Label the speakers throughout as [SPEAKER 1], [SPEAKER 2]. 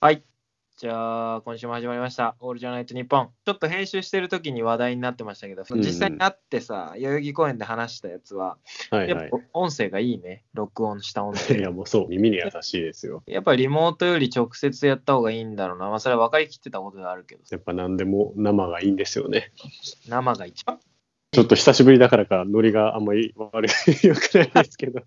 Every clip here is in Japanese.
[SPEAKER 1] はい。じゃあ、今週も始まりました。オールじゃないと日本。ちょっと編集してる時に話題になってましたけど、
[SPEAKER 2] うん
[SPEAKER 1] 実際に会ってさ、代々木公園で話したやつは、
[SPEAKER 2] はい
[SPEAKER 1] や
[SPEAKER 2] は
[SPEAKER 1] っ
[SPEAKER 2] い
[SPEAKER 1] ぱ。音声がいいね。録音した音
[SPEAKER 2] い
[SPEAKER 1] 声。
[SPEAKER 2] や、もうそう、耳に優しいですよ。
[SPEAKER 1] やっぱりリモートより直接やった方がいいんだろうな。まあ、それは分かりきってたことではあるけど、
[SPEAKER 2] やっぱ何でも生がいいんですよね。
[SPEAKER 1] 生が一番。
[SPEAKER 2] ちょっと久しぶりだからか、ノリがあんまり悪い、良くないですけ ど、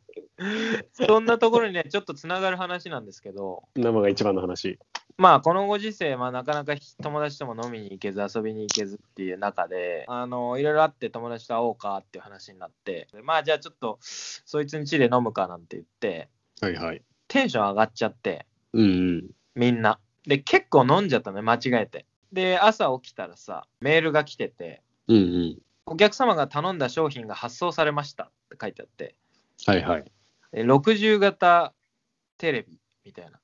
[SPEAKER 1] そんなところにね、ちょっとつながる話なんですけど、
[SPEAKER 2] 生が一番の話。
[SPEAKER 1] まあ、このご時世、まあ、なかなか友達とも飲みに行けず、遊びに行けずっていう中で、あの、いろいろあって友達と会おうかっていう話になって、でまあ、じゃあちょっと、そいつん家で飲むかなんて言って、
[SPEAKER 2] はいはい。
[SPEAKER 1] テンション上がっちゃって、
[SPEAKER 2] うんうん。
[SPEAKER 1] みんな。で、結構飲んじゃったね、間違えて。で、朝起きたらさ、メールが来てて、
[SPEAKER 2] うんうん。
[SPEAKER 1] お客様が頼んだ商品が発送されましたって書いてあって、
[SPEAKER 2] はいはい。
[SPEAKER 1] え60型テレビみたいな。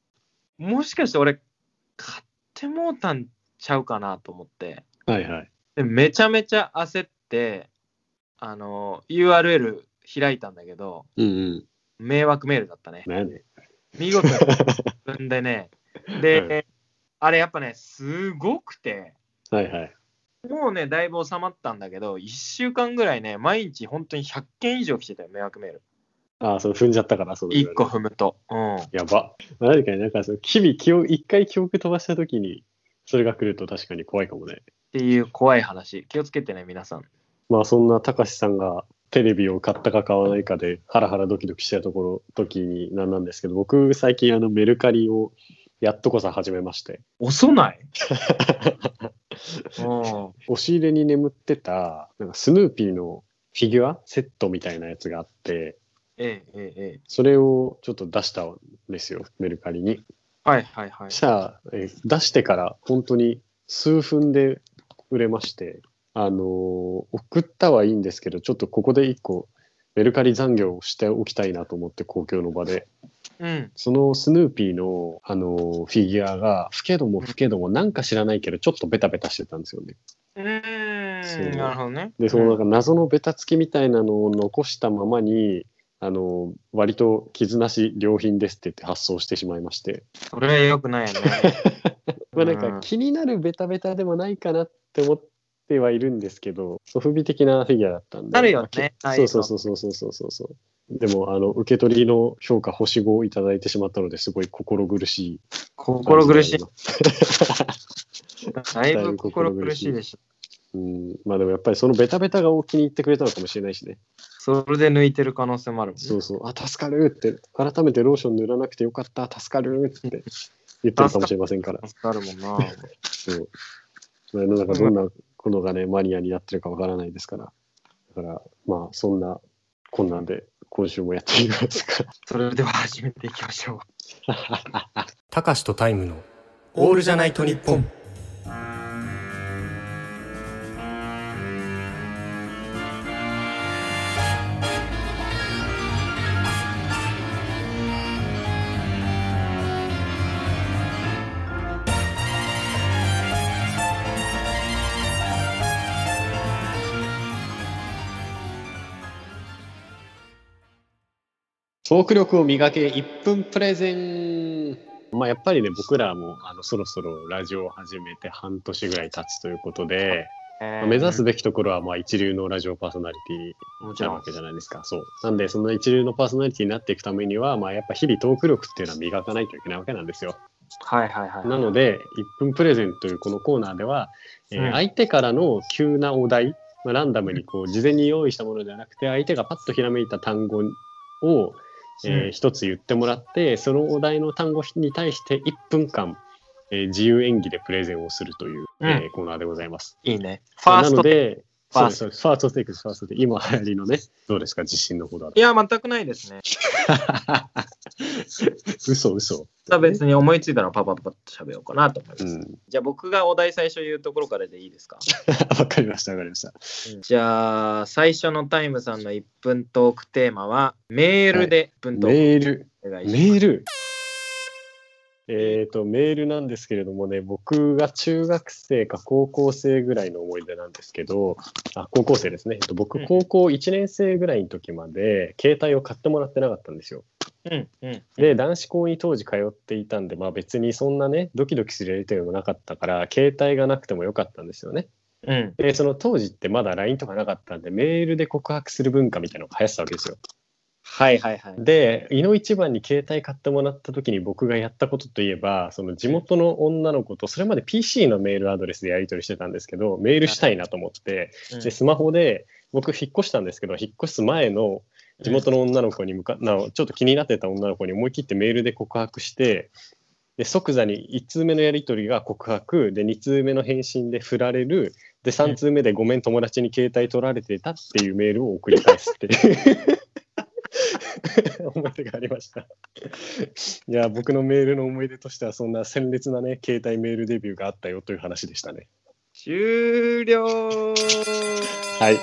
[SPEAKER 1] もしかして俺、買ってもうたんちゃうかなと思って、
[SPEAKER 2] はいはい。
[SPEAKER 1] でめちゃめちゃ焦って、あの、URL 開いたんだけど、
[SPEAKER 2] うんうん。
[SPEAKER 1] 迷惑メールだったね。
[SPEAKER 2] なんやねん。
[SPEAKER 1] 見事に自分で ね。で、あれやっぱね、すごくて、
[SPEAKER 2] はいはい。
[SPEAKER 1] もうね、だいぶ収まったんだけど、1週間ぐらいね、毎日本当に100件以上来てたよ、迷惑メール。
[SPEAKER 2] ああ、それ踏んじゃったから、その
[SPEAKER 1] 1個。踏むと。うん。
[SPEAKER 2] やば。確かになんかその、日々記憶、一回記憶飛ばした時に、それが来ると確かに怖いかもね。
[SPEAKER 1] っていう怖い話。気をつけてね、皆さん。
[SPEAKER 2] まあそんなたかしさんがテレビを買ったか買わないかでハラハラドキドキしてたところ時になんなんですけど僕最近あのメルカリをやっとこさ始めまして
[SPEAKER 1] 遅ない うん。
[SPEAKER 2] 押し入れに眠ってたなんかスヌーピーのフィギュアセットみたいなやつがあって
[SPEAKER 1] ええ、ええ、ええ。
[SPEAKER 2] それをちょっと出したんですよメルカリに。
[SPEAKER 1] はいはいはい
[SPEAKER 2] そし。たらえー出してから本当に数分で売れまして、あのー送ったはいいんですけどちょっとここで一個メルカリ残業をしておきたいなと思って公共の場で
[SPEAKER 1] うん。
[SPEAKER 2] そのスヌーピーの、あのーフィギュアが老けども老けどもなんか知らないけどちょっとベタベタしてたんですよね。
[SPEAKER 1] うー。
[SPEAKER 2] そうん
[SPEAKER 1] なるほどね。
[SPEAKER 2] でそのな
[SPEAKER 1] う
[SPEAKER 2] ん
[SPEAKER 1] ん
[SPEAKER 2] か謎のベタつきみたいなのを残したままに、あのー割と傷なし良品ですって言って発送してしまいまして。
[SPEAKER 1] それは良くないよ ね。
[SPEAKER 2] ま
[SPEAKER 1] う
[SPEAKER 2] あなんんか気になるベタベタでもないかなって思ってはいるんですけど、ソフビ的なフィギュアだったんで。
[SPEAKER 1] なるよね
[SPEAKER 2] ま
[SPEAKER 1] あ
[SPEAKER 2] あ
[SPEAKER 1] あい
[SPEAKER 2] そうう
[SPEAKER 1] の
[SPEAKER 2] そうそうそうそうそうそうでも、あの、受け取りの評価、星5をいただいてしまったので、すごい心苦しい。
[SPEAKER 1] 心苦しい。。だいぶ心苦しいでしょ。
[SPEAKER 2] うん、まあでもやっぱりそのベタベタがお気に入ってくれたのかもしれないしね。
[SPEAKER 1] それで抜いてる可能性もあるもんね。
[SPEAKER 2] そうそう、あ、助かるって、改めてローション塗らなくてよかった、助かるって言ってるかもしれませんから。
[SPEAKER 1] 可能性あるもんな。
[SPEAKER 2] そう。世の中どんなことがね、マニアになってるかわからないですから。だから、まあ、そんな、こんなんで、今週もやっていきますか。
[SPEAKER 1] それでは始めていきましょう。
[SPEAKER 3] たかしとタイムのオールじゃないと日本
[SPEAKER 2] トーク力を磨け、1分プレゼン。まあ、やっぱりね、僕らも、あの、そろそろラジオを始めて半年ぐらい経つということで、 まあ目指すべきところは、まあ、一流のラジオパーソナリティに
[SPEAKER 1] もち
[SPEAKER 2] なる
[SPEAKER 1] ろ
[SPEAKER 2] わ
[SPEAKER 1] ん
[SPEAKER 2] けじゃないですか。そう。なんで、その一流のパーソナリティになっていくためには、まあ、やっぱ日々トーク力っていうのは磨かないといけないわけなんですよ。
[SPEAKER 1] はいはいはい。
[SPEAKER 2] なので、1分プレゼンというこのコーナーでは、えー
[SPEAKER 1] うん
[SPEAKER 2] 相手からの急なお題、まあ、ランダムにこう事前に用意したものではなくて、相手がパッとひらめいた単語を、
[SPEAKER 1] う
[SPEAKER 2] え
[SPEAKER 1] ん
[SPEAKER 2] ー一つ言ってもらって、そのお題の単語に対して1分間、えー自由演技でプレゼンをするという、
[SPEAKER 1] うん
[SPEAKER 2] えーコーナーでございます。
[SPEAKER 1] いいね。ファー
[SPEAKER 2] まあ
[SPEAKER 1] ス
[SPEAKER 2] な
[SPEAKER 1] ト
[SPEAKER 2] の。で、
[SPEAKER 1] フ
[SPEAKER 2] フ
[SPEAKER 1] ァ
[SPEAKER 2] ァ
[SPEAKER 1] ー
[SPEAKER 2] ー
[SPEAKER 1] ス
[SPEAKER 2] ス
[SPEAKER 1] ト
[SPEAKER 2] ト、ファーストテイクス、ファーストテイク、今流行りの ね、どうですか、自信のほどは。
[SPEAKER 1] いや、全くないですね。
[SPEAKER 2] 嘘嘘。
[SPEAKER 1] 別に思いついたらパパパッと喋ようかなと思います。
[SPEAKER 2] うん。
[SPEAKER 1] じゃあ僕がお題最初言うところからでいいですか、
[SPEAKER 2] わかりました、わかりました。
[SPEAKER 1] じゃあ最初のタイムさんの1分トークテーマはメールで1分トーク
[SPEAKER 2] メール、
[SPEAKER 1] お願いします。
[SPEAKER 2] メール。 えっ、と、メールなんですけれどもね、僕が中学生か高校生ぐらいの思い出なんですけど、あ、高校生ですね。えっと、
[SPEAKER 1] う
[SPEAKER 2] 僕、
[SPEAKER 1] ん
[SPEAKER 2] 高校1年生ぐらいの時まで、携帯を買ってもらってなかったんですよ。
[SPEAKER 1] うんうん。
[SPEAKER 2] で、男子校に当時通っていたんで、まあ別にそんなね、ドキドキするやりとりもなかったから、携帯がなくてもよかったんですよね。
[SPEAKER 1] うん。
[SPEAKER 2] で、その当時ってまだ LINE とかなかったんで、メールで告白する文化みたいなのが流行ってたわけですよ。
[SPEAKER 1] はいはいはい。
[SPEAKER 2] で、井の一番に携帯買ってもらった時に僕がやったことといえば、その地元の女の子と、それまで PC のメールアドレスでやり取りしてたんですけど、メールしたいなと思って、
[SPEAKER 1] うん
[SPEAKER 2] で、スマホで、僕引っ越したんですけど、引っ越す前の地元の女の子に向か、なおちょっと気になってた女の子に思い切ってメールで告白して、で即座に1通目のやり取りが告白で2通目の返信で振られるで3通目でごめん友達に携帯取られてたっていうメールを送り返すっていう 思い出がありましたいや僕のメールの思い出としてはそんな鮮烈なね携帯メールデビューがあったよという話でしたね
[SPEAKER 1] 終了
[SPEAKER 2] はい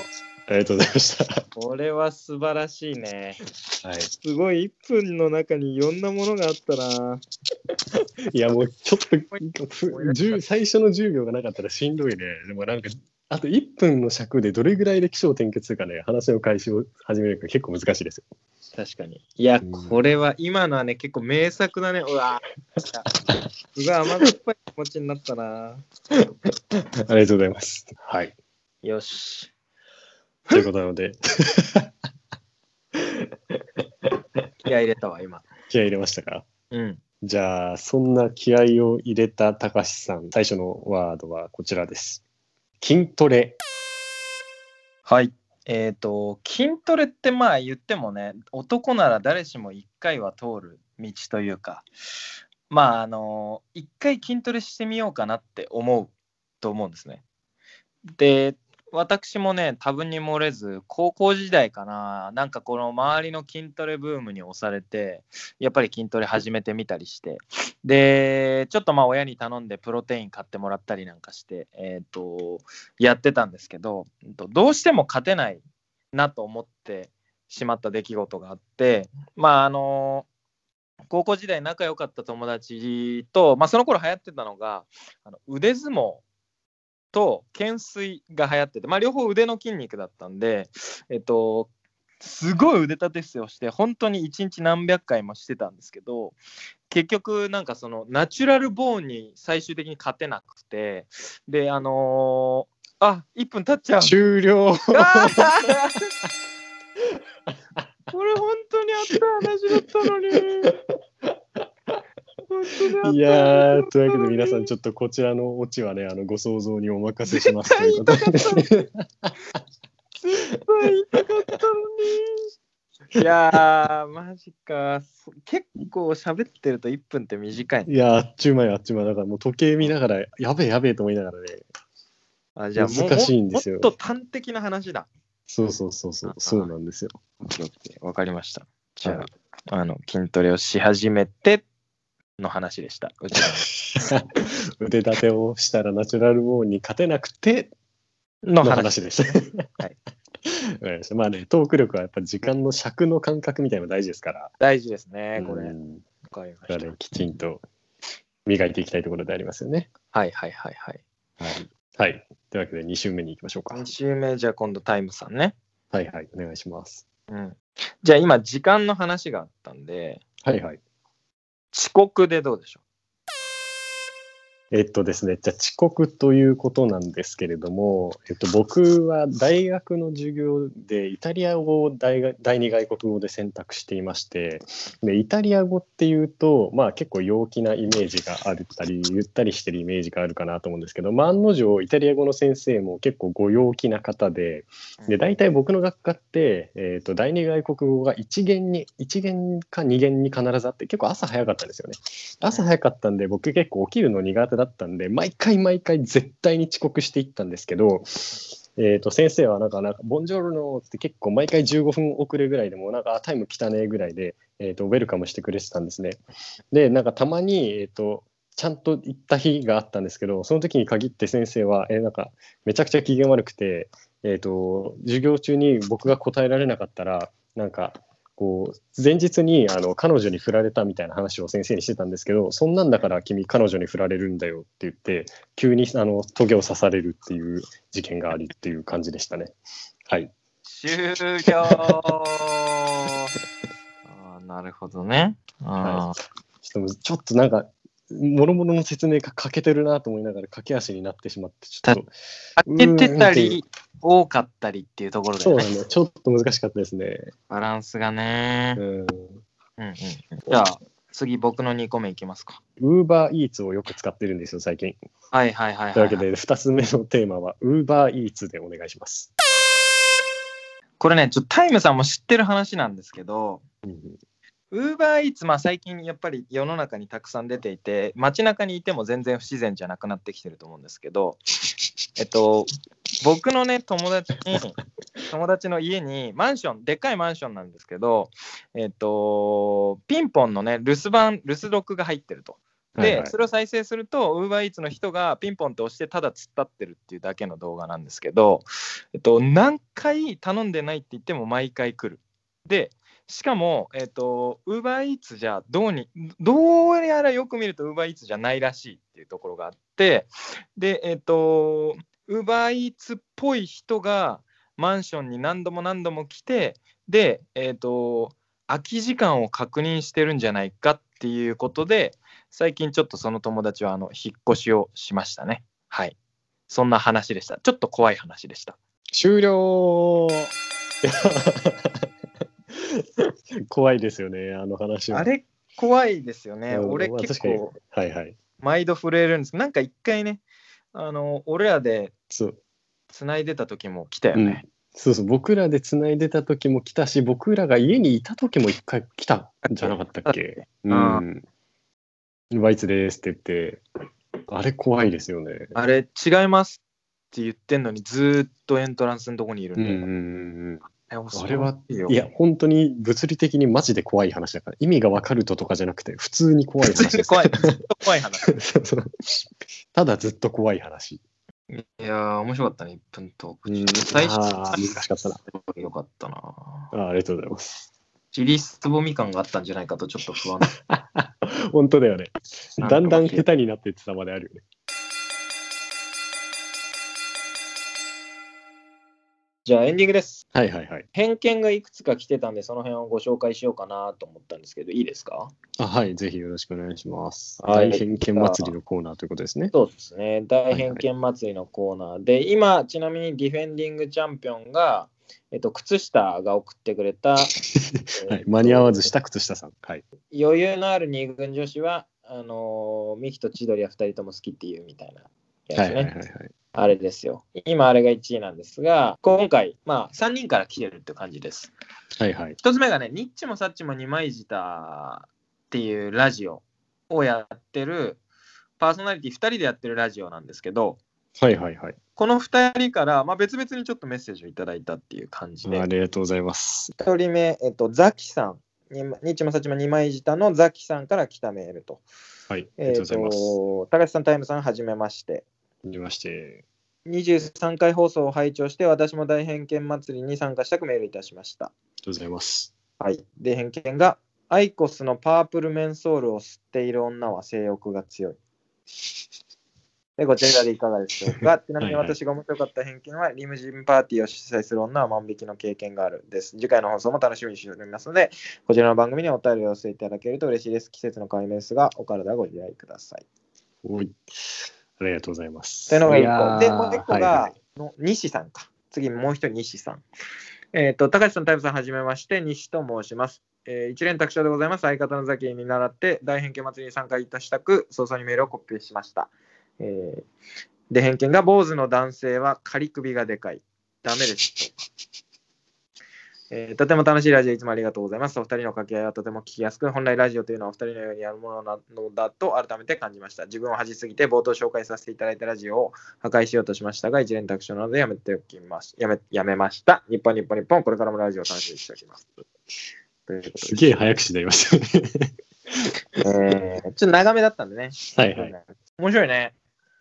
[SPEAKER 2] ありがとうございまし
[SPEAKER 1] これは素晴らしいね。
[SPEAKER 2] た、はい、
[SPEAKER 1] すごい、1分の中にいろんなものがあったな。
[SPEAKER 2] いやもうちょっとふ10最 初の10秒がなかったらしんどいね。でもなんか、あと1分の尺でどれぐらいで起承転結するかね、話の開始を始めるか結構難しいですよ。
[SPEAKER 1] 確かに。いや、
[SPEAKER 2] うん
[SPEAKER 1] これは、今のはね、結構名作だね。うわぁ。すごい甘酸っぱい気持ちになったな。
[SPEAKER 2] ありがとうございます。はい。
[SPEAKER 1] よし。
[SPEAKER 2] ということなので、
[SPEAKER 1] 気合い入れたわ、今。
[SPEAKER 2] 気合い入れましたか
[SPEAKER 1] うん。
[SPEAKER 2] じゃあ、そんな気合いを入れた高橋さん、最初のワードはこちらです。筋トレ。
[SPEAKER 1] はい。えっ、と、筋トレってまあ言ってもね、男なら誰しも1回は通る道というか、まああの、1回筋トレしてみようかなって思うと思うんですね。で、私もね、多分に漏れず、高校時代かな、なんかこの周りの筋トレブームに押されて、やっぱり筋トレ始めてみたりして、で、ちょっとまあ親に頼んでプロテイン買ってもらったりなんかして、えっ、と、やってたんですけどうんとどうしても勝てないなと思ってしまった出来事があってまああの高校時代仲良かった友達と、まあ、その頃流行ってたのがあの腕相撲と懸垂が流行ってて、まあ、両方腕の筋肉だったんで、えっと、すごい腕立て伏せをして本当に一日何百回もしてたんですけど結局なんかそのナチュラルボーンに最終的に勝てなくてであのーあ1分経っちゃう
[SPEAKER 2] 終了。
[SPEAKER 1] あー これ本当にあった話だったのに。本当にあった話
[SPEAKER 2] い
[SPEAKER 1] だっ
[SPEAKER 2] やー、
[SPEAKER 1] た
[SPEAKER 2] と
[SPEAKER 1] のに
[SPEAKER 2] いうわけで皆さん、ちょっとこちらのオチはね、あのご想像にお任せしますということ
[SPEAKER 1] 絶対痛かっ
[SPEAKER 2] で。
[SPEAKER 1] 絶対言いたかったのに。いやー、マジか。そ結構喋ってると1分って短いね。
[SPEAKER 2] いやーあっちゅうまいあっちゅうまいだからもう時計見ながらやべえやべえと思いながらね
[SPEAKER 1] あじゃあもう
[SPEAKER 2] 難しいんですよ
[SPEAKER 1] もっと端的な話だ。
[SPEAKER 2] そうそうそうそうそうなんですよ
[SPEAKER 1] わかりました。じゃ
[SPEAKER 2] はい
[SPEAKER 1] あ、あの筋トレをし始めての話でした。うち
[SPEAKER 2] 腕立てをしたらナチュラルボーンに勝てなくて
[SPEAKER 1] のの
[SPEAKER 2] の
[SPEAKER 1] 話。
[SPEAKER 2] 話でした
[SPEAKER 1] はい
[SPEAKER 2] わかりました まあねトーク力はやっぱ時間の尺の感覚みたいなの大事ですから、
[SPEAKER 1] 大事ですね、これ。
[SPEAKER 2] う
[SPEAKER 1] わ
[SPEAKER 2] ん
[SPEAKER 1] かりま
[SPEAKER 2] これ
[SPEAKER 1] し
[SPEAKER 2] は
[SPEAKER 1] た
[SPEAKER 2] ね。きちんと磨いていきたいところでありますよね
[SPEAKER 1] はいはいはいはい。
[SPEAKER 2] はい、はい、というわけで2週目に行きましょうか
[SPEAKER 1] 2週目じゃあ今度タイムさんね。
[SPEAKER 2] はいはいお願いします
[SPEAKER 1] うん。じゃあ今時間の話があったんで、
[SPEAKER 2] はいはい
[SPEAKER 1] 遅刻でどうでしょ
[SPEAKER 2] えっとですね、じゃあ遅刻ということなんですけれども、えっと、僕は大学の授業でイタリア語を大学第二外国語で選択していましてでイタリア語っていうと、まあ、結構陽気なイメージがあったりゆったりしてるイメージがあるかなと思うんですけど、まあ、案の定イタリア語の先生も結構ご陽気な方で、
[SPEAKER 1] う
[SPEAKER 2] で大体僕の学科って、えー、と第二外国語が1限に1限か2限に必ずあって結構朝早かったんですよね朝早かったんで僕結構起きるの苦手だったんで毎回毎回絶対に遅刻していったんですけど、えー、と先生はなんか「なんかボンジョルノ」って結構毎回15分遅れぐらいでもうなんかあタイム来たねぐらいで、えー、とウェルカムしてくれてたんですねでなんかたまに、えー、とちゃんと行った日があったんですけどその時に限って先生は、えーなんかめちゃくちゃ機嫌悪くてえー、と授業中に僕が答えられなかったらなんかこう前日にあの彼女に振られたみたいな話を先生にしてたんですけどそんなんだから君彼女に振られるんだよって言って急にあのトゲを刺されるっていう事件がありっていう感じでしたね。はい、
[SPEAKER 1] 終了 あーなるほどね。あー
[SPEAKER 2] ちょっとちょっとなんか諸々の説明が欠けてるなと思いながら駆け足になってしまってちょっと
[SPEAKER 1] 開けてたり多かったりっていうところだ
[SPEAKER 2] そう
[SPEAKER 1] よ
[SPEAKER 2] な
[SPEAKER 1] ね。
[SPEAKER 2] んだちょっと難しかったですね。
[SPEAKER 1] バランスがね
[SPEAKER 2] う。ん
[SPEAKER 1] うんうんうん、じゃあ次僕の2個目いきますか。
[SPEAKER 2] ウーバーイーツをよく使ってるんですよ最近。
[SPEAKER 1] はいはいはい、はい。
[SPEAKER 2] というわけで2つ目のテーマはウーバーイーツでお願いします。
[SPEAKER 1] これね、ちょっとタイムさんも知ってる話なんですけど、
[SPEAKER 2] うん
[SPEAKER 1] ウーバーイーツ、まあ、最近やっぱり世の中にたくさん出ていて、街中にいても全然不自然じゃなくなってきてると思うんですけど、えっと、僕のね、友達に、友達の家に、マンション、でっかいマンションなんですけど、えっと、ピンポンのね、留守番、留守録が入ってると。で、
[SPEAKER 2] はいはい
[SPEAKER 1] それを再生すると、ウーバーイーツの人がピンポンって押して、ただ突っ立ってるっていうだけの動画なんですけど、えっと、何回頼んでないって言っても毎回来る。で、しかも、えっと、ウーバーイーツじゃどうに、どうやらよく見るとウーバーイーツじゃないらしいっていうところがあって、で、えっと、ウーバーイーツっぽい人がマンションに何度も何度も来て、で、えっと、空き時間を確認してるんじゃないかっていうことで、最近ちょっとその友達はあの引っ越しをしましたね。はい。そんな話でした。ちょっと怖い話でした。
[SPEAKER 2] 終了 怖いですよね、あの話は。
[SPEAKER 1] あれ怖いですよね。
[SPEAKER 2] うん
[SPEAKER 1] 俺
[SPEAKER 2] まあ
[SPEAKER 1] 結
[SPEAKER 2] 確かに
[SPEAKER 1] 構
[SPEAKER 2] はいはい。
[SPEAKER 1] 毎度震えるんですなんか一回ね、あの、俺らで
[SPEAKER 2] そう,、
[SPEAKER 1] 繋いでた時も来たよ
[SPEAKER 2] うん
[SPEAKER 1] ね。、
[SPEAKER 2] そうそう、僕らで繋いでた時も来たし、僕らが家にいた時も一回来たんじゃなかったっけ。うん。バイツですって言って、あれ怖いですよね。
[SPEAKER 1] あれ違いますって言ってんのにずーっとエントランスのとこにいる
[SPEAKER 2] うんんう
[SPEAKER 1] で。
[SPEAKER 2] んうん
[SPEAKER 1] あれ恐
[SPEAKER 2] あれは
[SPEAKER 1] ろしいよ
[SPEAKER 2] いや、本当に物理的にマジで怖い話だから、意味が分かるととかじゃなくて、普通に怖い
[SPEAKER 1] 普
[SPEAKER 2] 話
[SPEAKER 1] 通
[SPEAKER 2] で
[SPEAKER 1] に
[SPEAKER 2] すか
[SPEAKER 1] 怖
[SPEAKER 2] ら
[SPEAKER 1] い。ずっと怖い話。
[SPEAKER 2] そうそう ただずっと怖い話。
[SPEAKER 1] いやー、面白かったね、1分トーク。最初
[SPEAKER 2] ああ、難しかったな。
[SPEAKER 1] よかったな。
[SPEAKER 2] あーありがとうございます。
[SPEAKER 1] チリスボミ感があったんじゃないかとちょっと不 安。
[SPEAKER 2] 本当だよね。
[SPEAKER 1] なんか
[SPEAKER 2] だんだん
[SPEAKER 1] わけ
[SPEAKER 2] 下手になっていってたまであるよね。
[SPEAKER 1] じゃあエンディングです。
[SPEAKER 2] はいはいはい。
[SPEAKER 1] 偏見がいくつか来てたんで、その辺をご紹介しようかなと思ったんですけど、いいですか
[SPEAKER 2] あはい、ぜひよろしくお願いします。
[SPEAKER 1] はい
[SPEAKER 2] 大偏見祭りのコーナーということですね。
[SPEAKER 1] そうですね。大偏見祭りのコーナーで、今、ちなみにディフェンディングチャンピオンが、えっと、靴下が送ってくれ た、
[SPEAKER 2] はい、間に合わずした靴下さん。はい。
[SPEAKER 1] 余裕のある二軍女子は、あのーミキと千鳥は2人とも好きっていうみたいな
[SPEAKER 2] は
[SPEAKER 1] やつね。
[SPEAKER 2] いはいはいはい。
[SPEAKER 1] あれですよ。今、あれが1位なんですが、今回、まあ、3人から来てるって感じです。
[SPEAKER 2] はいはい。
[SPEAKER 1] 1つ目がね、ニッチもサッチも二枚舌っていうラジオをやってる、パーソナリティ2人でやってるラジオなんですけど、
[SPEAKER 2] はいはいはい。
[SPEAKER 1] この2人から、まあ、別々にちょっとメッセージをいただいたっていう感じで。
[SPEAKER 2] ありがとうございます。
[SPEAKER 1] 1人目、えっと、ザキさん。に日もさちも二枚舌のザキさんから来たメールと。
[SPEAKER 2] はい、あり
[SPEAKER 1] え
[SPEAKER 2] が
[SPEAKER 1] っ
[SPEAKER 2] とうございます。
[SPEAKER 1] と、高橋さん、タイムさん、はじめまして。
[SPEAKER 2] はじめまして。
[SPEAKER 1] 23回放送を拝聴して、私も大偏見祭りに参加したくメールいたしました。
[SPEAKER 2] ありがとうございます。
[SPEAKER 1] はい。で、偏見が、アイコスのパープルメンソールを吸っている女は性欲が強い。で、こちらでいかがでしょう かちなみに
[SPEAKER 2] はいはい
[SPEAKER 1] 私が面白かった偏見は、リムジンパーティーを主催する女は万引きの経験があるです。次回の放送も楽しみにしておりますので、こちらの番組にお便りを寄せていただけると嬉しいです。季節の変わり目ですが、お体ご自愛ください。
[SPEAKER 2] おい。ありがとうございます。
[SPEAKER 1] というのが
[SPEAKER 2] いや
[SPEAKER 1] 1
[SPEAKER 2] ー
[SPEAKER 1] 個。で、もう1個
[SPEAKER 2] はいは
[SPEAKER 1] が
[SPEAKER 2] い、
[SPEAKER 1] の西さんか。次、もう1人、西さん。えっ、と、高橋さん、タイムさん、はじめまして、西と申します。えー一連卓上でございます。相方のザキに習って、大偏見祭りに参加いたしたく、早々にメールをコピーしました。えーで、偏見が、坊主の男性は仮首がでかい。ダメです。えーとても楽しいラジオいつもありがとうございます。お二人の掛け合いはとても聞きやすく、本来ラジオというのはお二人のようにやるものなのだと改めて感じました。自分を恥じすぎて冒頭紹介させていただいたラジオを破壊しようとしましたが、一連卓上なのでやめておきます。やめ、やめました。日本日本日本、これからもラジオを楽しみにしておきます。ということです
[SPEAKER 2] げえ早口になりましたね。
[SPEAKER 1] えーちょっと長めだったんでね。
[SPEAKER 2] はいはい。
[SPEAKER 1] 面白いね。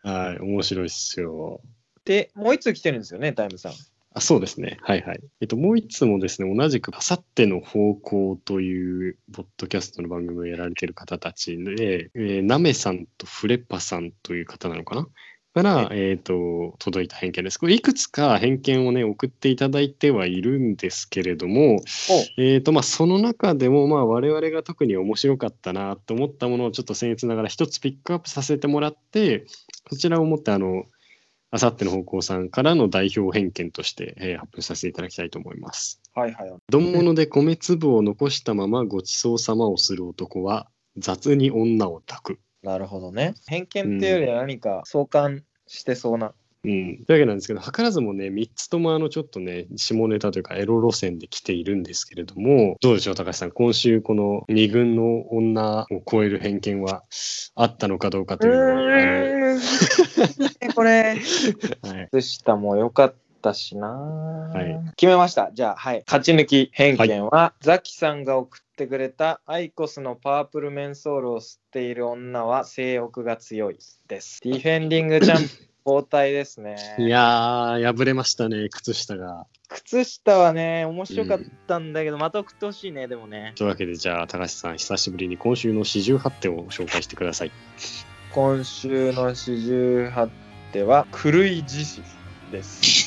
[SPEAKER 2] はい、面白いっすよ。
[SPEAKER 1] で、もう一通来てるんですよね、タイムさん。
[SPEAKER 2] あそうですね。はいはい。えっと、もう一つもですね、同じく、あさっての方向という、ポッドキャストの番組をやられてる方たちで、えーナメさんとフレッパさんという方なのかなから、えっ、と、届いた偏見です。これ、いくつか偏見をね、送っていただいてはいるんですけれども、えっ、と、まあ、その中でも、まあ、我々が特に面白かったなと思ったものを、ちょっと僭越ながら一つピックアップさせてもらって、そちらをもって、あの、あさっての方向さんからの代表偏見として、えー発表させていただきたいと思います。
[SPEAKER 1] はいはい。
[SPEAKER 2] 丼物で米粒を残したままごちそうさまをする男は、雑に女を抱く。
[SPEAKER 1] なるほどね。偏見っていうよりは何か相関してそうな。
[SPEAKER 2] うん、というわけなんですけど、図らずもね、3つともあのちょっとね、下ネタというかエロ路線で来ているんですけれども、どうでしょう、高橋さん、今週この2軍の女を超える偏見はあったのかどうかというのは、
[SPEAKER 1] えこれ。
[SPEAKER 2] あのはい、
[SPEAKER 1] 靴下も良かったしな、はい決めました。じゃあ、はい。勝ち抜き偏見は、ザキさんが送ってくれたアイコスのパープルメンソールを吸っている女は性欲が強いです。ディフェンディングチャンプ交代ですね。
[SPEAKER 2] いやー、破れましたね、靴下が。
[SPEAKER 1] 靴下はね、面白かったんだけど、また送ってほしいね、でもね。
[SPEAKER 2] というわけで、じゃあ、高橋さん、久しぶりに今週の四十八手を紹介してください。
[SPEAKER 1] 今週の四十八手は、狂い獅子です。